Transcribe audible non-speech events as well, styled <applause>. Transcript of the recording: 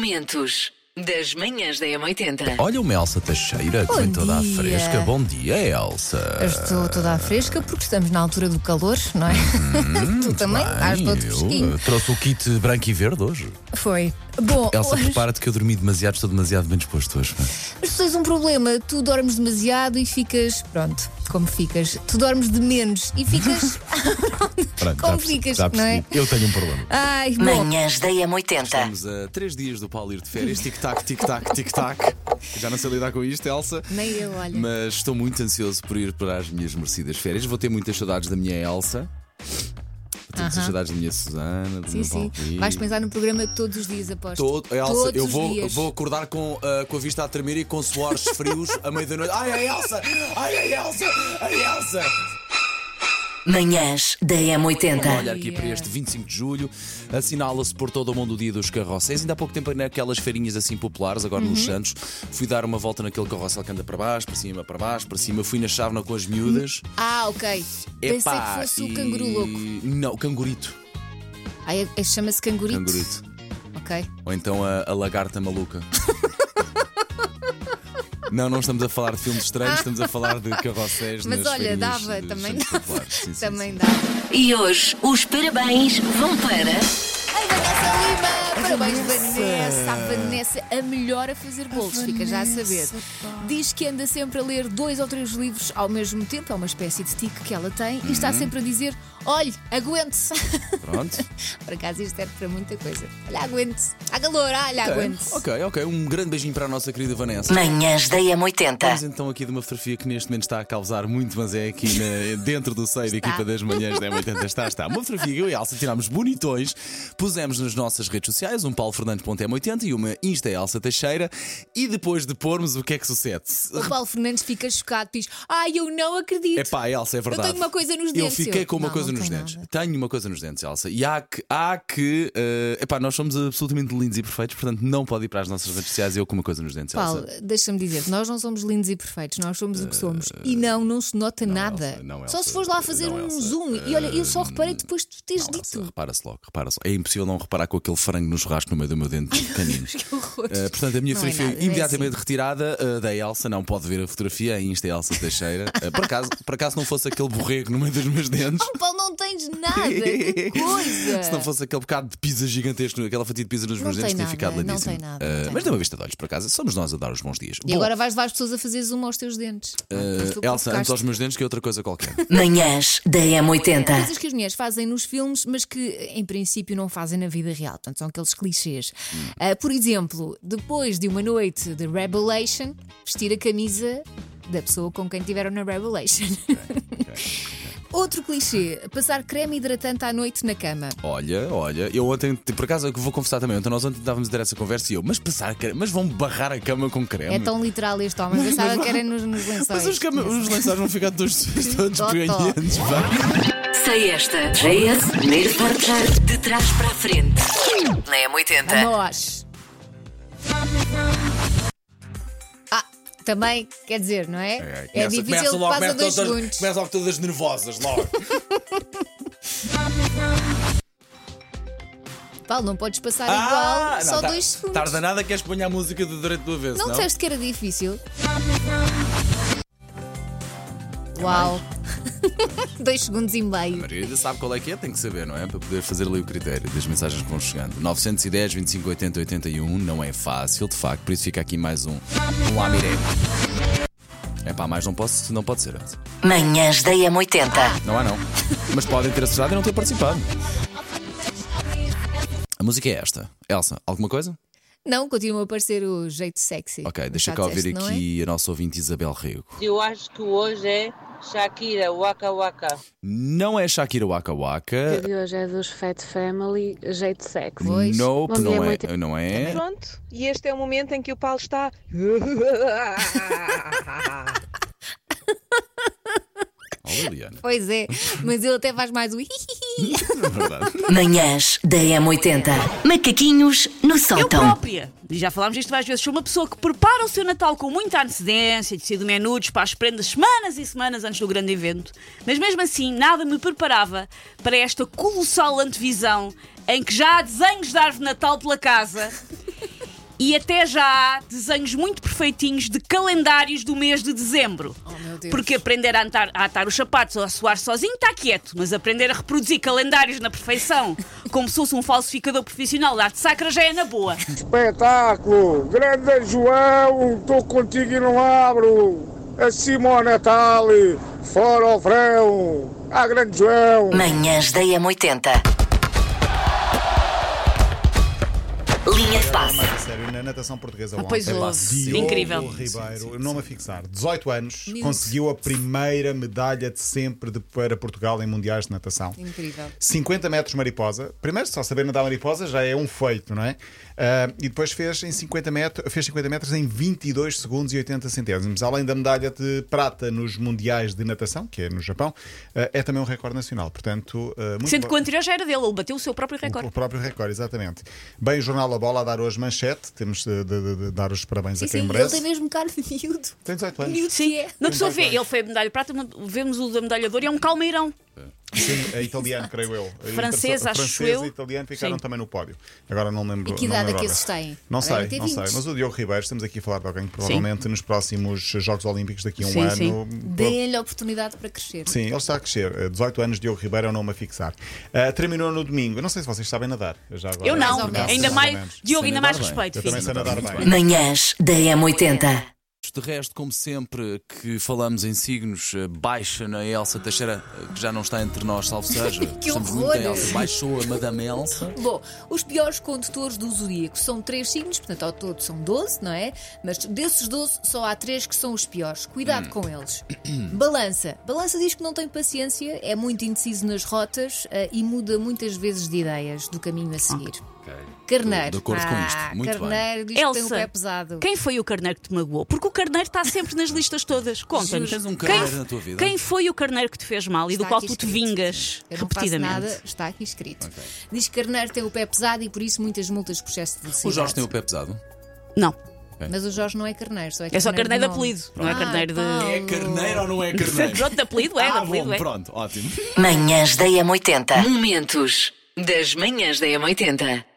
Momentos das manhãs da M80. Olha uma Elsa Teixeira que vem toda à dia. fresca. Bom dia, Elsa. Eu estou toda à fresca porque estamos na altura do calor, não é? Hum, <laughs> tu também Bem, estás todo eu, fresquinho. eh, Trouxe o kit branco e verde hoje. Foi. Bom, Elsa, hoje- prepara-te que eu dormi demasiado, estou demasiado bem disposto hoje. é? mas- mas tu tens um problema. Tu dormes demasiado e ficas. Pronto, como ficas? Tu dormes de menos <laughs> e ficas. Pronto, Como perce- ficas, não é? percebi. Eu tenho um problema. Ai, bom. Manhãs da M80. Estamos a três dias do Paulo ir de férias. Férias, tic-tac, tic-tac, tic-tac. Já não sei lidar com isto, Elsa. Nem eu, olha. Mas estou muito ansioso por ir para as minhas merecidas férias. Vou ter muitas saudades da minha Elsa. Vou ter muitas Aham. saudades da minha Susana, do Sim, meu sim. Valdir. Vais pensar no programa todos os dias, aposto. Todo, Elsa, todos eu os vou, dias. vou acordar com, ah, com a vista a tremer e com suores frios à meia da noite. Ai, a Elsa! Ai, a Elsa! Ai, a Elsa! Manhãs da Vou M80. olhar aqui para este 25 de julho. Assinala-se por todo o mundo o dia dos carrosséis. Ainda há pouco tempo naquelas feirinhas assim populares, agora nos Uhum. Santos, fui dar uma volta naquele carrossel que anda para baixo, para cima, para baixo, para cima. Fui na chávena com as miúdas. Ah, ok. Pensei Epá, que fosse e- o canguru louco. Não, o cangurito. Ai, é- é- chama-se cangurito. Cangurito. Ok. Ou então a, a lagarta <laughs> maluca. Não, não estamos a falar de filmes estranhos, estamos a falar de carrosséis Mas nas olha, feirinhas dava, de também Santos dava. populares. Sim, sim, Também sim. dava. E hoje os parabéns vão para. Ai, Vanessa Lima! Parabéns, Vanessa! A Vanessa, a melhor a fazer bolos, fica já a saber. Diz que anda sempre a ler dois ou três livros ao mesmo tempo, é uma espécie de tique que ela tem, e Uhum. está sempre a dizer: olhe, aguente-se! <laughs> Pronto. Por acaso isto é para muita coisa. Olha, aguente-se! Há calor, olha, aguente-se! Tá. Ok, ok. Um grande beijinho para a nossa querida Vanessa. Manhãs da Estamos M80. então aqui de uma fotografia que neste momento está a causar muito, mas é aqui na- dentro do seio da equipa das manhãs da M80. Está, está. Uma fotografia que eu e a Elsa tirámos bonitões, pusemos nas nossas redes sociais, um paulofernandes.m80 e uma Insta Elsa Teixeira. E depois de pormos, o que é que sucede? O Paulo Fernandes fica chocado, diz: ai, eu não acredito! É pá, Elsa, é verdade. tenho uma coisa nos Eu dentes, fiquei eu. com uma Não, coisa não nos tem dentes. nada. Tenho uma coisa nos dentes, Elsa. E há que. Há que eh, epá, nós somos absolutamente lindos e perfeitos, portanto não pode ir para as nossas redes sociais eu com uma coisa nos dentes, Paulo, Elsa. deixa-me dizer, nós não somos lindos e perfeitos, nós somos o que somos. E não, não se nota nada. Elsa, Eh, não, Só Elsa, se fores lá fazer não, um Elsa. Hum, zoom. E olha, eu só reparei depois de tu teres Não, Elsa, dito. Repara-se logo, repara-se. logo. É impossível não reparar com aquele frango no churrasco no meio do meu dente <laughs> canino. Que horror. Eh, portanto, a minha Não é fotografia nada, é imediatamente assim. retirada eh, da Elsa, não pode ver a fotografia, a Insta Elsa Teixeira. Eh, por, acaso, por acaso não fosse aquele borrego no meio dos meus <laughs> dentes. Paulo, não tens nada. Que <laughs> coisa. Se não fosse aquele bocado de pizza gigantesco, aquela fatia de pizza nos meus tem dentes, tinha nada, é, ficado É. não lindíssimo. tem nada, Eh, não tem mas deu uma vista de olhos, por acaso, somos nós a dar os bons dias. E agora vais levar as pessoas a fazer zoom aos teus dentes. Aquilo que tu Ah, Elsa, antes tocaste. aos meus dentes que é outra coisa qualquer. <laughs> Manhãs da M80. Coisas que as mulheres fazem nos filmes, mas que em princípio não fazem na vida real. Portanto, são aqueles clichês. Hum. Ah, por exemplo, depois de uma noite de Revelation, vestir a camisa da pessoa com quem tiveram na Revelation. <laughs> Outro clichê, passar creme hidratante à noite na cama. Olha, olha, eu ontem, por acaso, eu vou confessar também, ontem nós ontem estávamos a ter essa conversa e eu, mas passar, creme- mas vão barrar a cama com creme. É tão literal este homem, pensava que era nos, nos lençóis. <laughs> Mas os, cama, os lençóis vão ficar todos, <laughs> <laughs> todos Totó. peganhentos, vá. Sei esta. JS, primeiro portar de trás para a frente. Na M80. Nós. Ah, também, quer dizer, não é? É, difícil, passa dois segundos. começa logo todas nervosas, logo. Paulo, não podes passar Ah, igual, só tá dois segundos. Tarda nada, queres pôr a música do direito do avesso, Não não? disseste que era difícil? Uau! <laughs> Dois segundos e meio. Margarida sabe qual é que é, tem que saber, não é? Para poder fazer ali o critério das mensagens que vão chegando. 910, 25, 80, 81 não é fácil, de facto, por isso fica aqui mais um. Um lamiré. É pá, mais não posso, não pode ser. Elsa. Manhãs da M80. Não há não. Mas podem ter acertado e não ter participado. A música é esta. Elsa, alguma coisa? Não, continua a aparecer o jeito sexy. Ok, deixa Já cá ouvir disseste, não é? aqui a nossa ouvinte Isabel Rego. Eu acho que hoje é Shakira, Waka Waka. Não é Shakira Waka Waka. de hoje é dos Fat Family, jeito sexy. Pois. Nope, Uma não mulher é, não é. Pronto, e este é o momento em que o Paulo está. Olha, Liliana. Pois é, mas ele até faz mais o É verdade. Manhãs da M80. Macaquinhos no Eu Então. sótão. própria, e já falámos disto várias vezes, sou uma pessoa que prepara o seu Natal com muita antecedência, decido menudos para as prendas semanas e semanas antes do grande evento, mas mesmo assim nada me preparava para esta colossal antevisão em que já há desenhos de árvore de Natal pela casa E até já há desenhos muito perfeitinhos de calendários do mês de dezembro. Oh, meu Deus. Porque aprender a atar, a atar os sapatos ou a suar sozinho está quieto, mas aprender a reproduzir calendários na perfeição, como se fosse um falsificador profissional lá de sacra, já é na boa. Espetáculo! Grande João, estou contigo e não abro! É Acima ao Natal, fora ao verão! Ah, grande João! Manhãs da M80. Linha de passe. Mas a sério, na natação portuguesa ontem, pois pá, houve. Diogo Incrível. Ribeiro, nome a fixar, 18 anos, Miúdo. conseguiu a primeira medalha de sempre de- para Portugal em mundiais de natação. Incrível. 50 metros mariposa. Primeiro, só saber nadar mariposa já é um feito, não é? Ah, e depois fez, em 50 metros, fez 50 metros em 22 segundos e 80 centésimos. Além da medalha de prata nos mundiais de natação, que é no Japão, ah, é também um recorde nacional. Portanto, ah, muito Sendo bom. que o anterior já era dele, ele bateu o seu próprio O é recorde. próprio recorde, exatamente. Bem, o Jornal da Bola a dar hoje manchete. Temos de, de- de dar os parabéns Sim, a quem sim, ele merece. tem mesmo cara de miúdo. Tem 18 anos. Miúdo que é. Uma pessoa vê, ele foi a medalha de prata, mas vemos o da medalha de ouro e é um calmeirão. Sim, é italiano, creio eu. Francês, Francesa, acho francês eu. e italiano ficaram Sim. também no pódio. Agora não lembro. E que não idade é lembro que agora. esses têm? Não sei, Devem ter não sei. 20. Mas o Diogo Ribeiro, estamos aqui a falar de alguém que provavelmente nos próximos Jogos Olímpicos daqui a um Sim, ano. sim. Deem-lhe a oportunidade para crescer. Sim, ele está a crescer. Eh, 18 anos, Diogo Ribeiro é o nome a fixar. Eh, terminou no domingo. Eu Não sei se vocês sabem nadar. Eu, já agora- Eu não, ou menos, ainda mais ou menos. mais, Diogo, ainda mais Sem nadar respeito, Eu também filho. sei nadar bem. Manhãs da M80. De resto, como sempre que falamos em signos, eh, baixa na Elsa Teixeira, eh, que já não está entre nós, <laughs> salvo seja. Que Estamos horror! muito em Elsa. Baixou a Madame Elsa. Bom, os piores condutores do zodíaco são três signos, portanto, ao todo são 12, não é? Mas desses 12, só há três que são os piores. Hum. Cuidado com eles. <coughs> Balança. Balança diz que não tem paciência, é muito indeciso nas rotas eh, e muda muitas vezes de ideias do caminho a seguir. Carneiro. Estou Ah, de acordo com isto. Ah, Muito bem. carneiro diz que tem um Elsa, pé pesado. quem foi o carneiro que te magoou? Porque o carneiro está sempre nas listas todas. Conta-nos. Tens um Quem, carneiro na tua vida? quem foi o carneiro que te fez mal e Está do qual aqui tu te escrito. vingas Eu não faço repetidamente? nada, está aqui escrito. Diz que Carneiro tem o pé pesado e por isso muitas multas por excesso de O velocidade. Jorge tem o pé pesado. Não, Mas o Jorge não é Carneiro, só é é Carneiro. só carneiro de nome. apelido, não é Ah, carneiro de. É carneiro ou não <laughs> é <laughs> carneiro? Pronto, de apelido, é, de Ah, apelido, bom, é. pronto, ótimo. Manhãs da M80. Momentos das manhãs da M80.